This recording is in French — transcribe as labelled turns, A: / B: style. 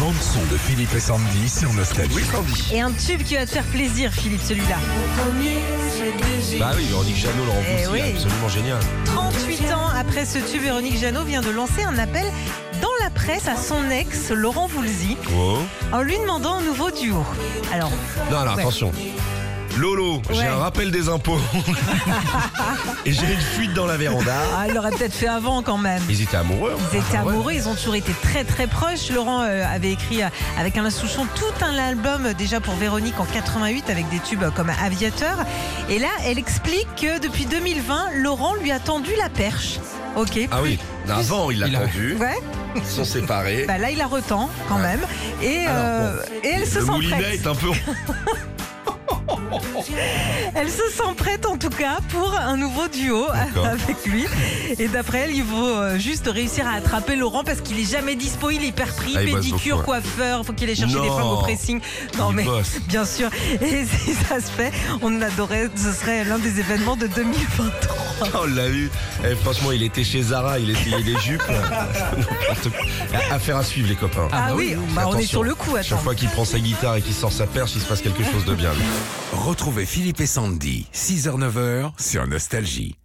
A: bande son de Philippe et Sandy sur Nostalgie.
B: Et un tube qui va te faire plaisir, Philippe, celui-là.
C: Bah oui, Véronique Jeannot, Laurent
B: Eh
C: Voulzy,
B: oui.
C: absolument génial.
B: 38 ans après ce tube, Véronique Jeannot vient de lancer un appel dans la presse à son ex, Laurent Voulzy,
C: Oh.
B: en lui demandant un nouveau duo. Alors,
C: Non, alors
B: Ouais.
C: attention. Lolo, j'ai
B: Ouais.
C: un rappel des impôts. Et j'ai une fuite dans la véranda.
B: ah, il l'aurait peut-être fait avant quand même.
C: Ils étaient amoureux.
B: Ils étaient
C: Ah, ouais.
B: amoureux, ils ont toujours été très très proches. Laurent euh, avait écrit euh, avec Alain Souchon tout un album euh, déjà pour Véronique en 88 avec des tubes euh, comme Aviateur. Et là, elle explique que depuis 2020, Laurent lui a tendu la perche. Ok.
C: Ah oui, avant il l'a
A: Il a-
C: tendu.
B: Ouais,
C: Ils sont séparés.
B: bah là il la retend quand même. Et,
C: Alors,
B: euh, et elle se
C: le
B: sent
C: moulinet
B: prête.
C: est un peu.
B: Elle se sent prête en tout cas pour un nouveau duo
C: D'accord.
B: avec lui. Et d'après elle, il faut euh, juste réussir à attraper Laurent parce qu'il est jamais dispo, il est hyper pris,
C: Ah, il bosse
B: pédicure,
C: beaucoup,
B: coiffeur, faut qu'il ait cherché des
C: Non.
B: femmes au pressing. Non
C: Il
B: mais
C: bosse.
B: bien sûr. Et si ça se fait, on adorait, ce serait l'un des événements de 2023.
C: Oh, On l'a vu. Eh, franchement, il était chez Zara, il essayait des jupes. N'importe quoi. Affaire à suivre, les copains.
B: Ah, oui, bah, on est
C: Attention.
B: sur le coup, attends.
C: Chaque fois qu'il prend sa guitare et qu'il sort sa perche, il se passe quelque chose de bien. lui.
A: Retrouvez Philippe et Sandy, 6h-9h sur Nostalgie.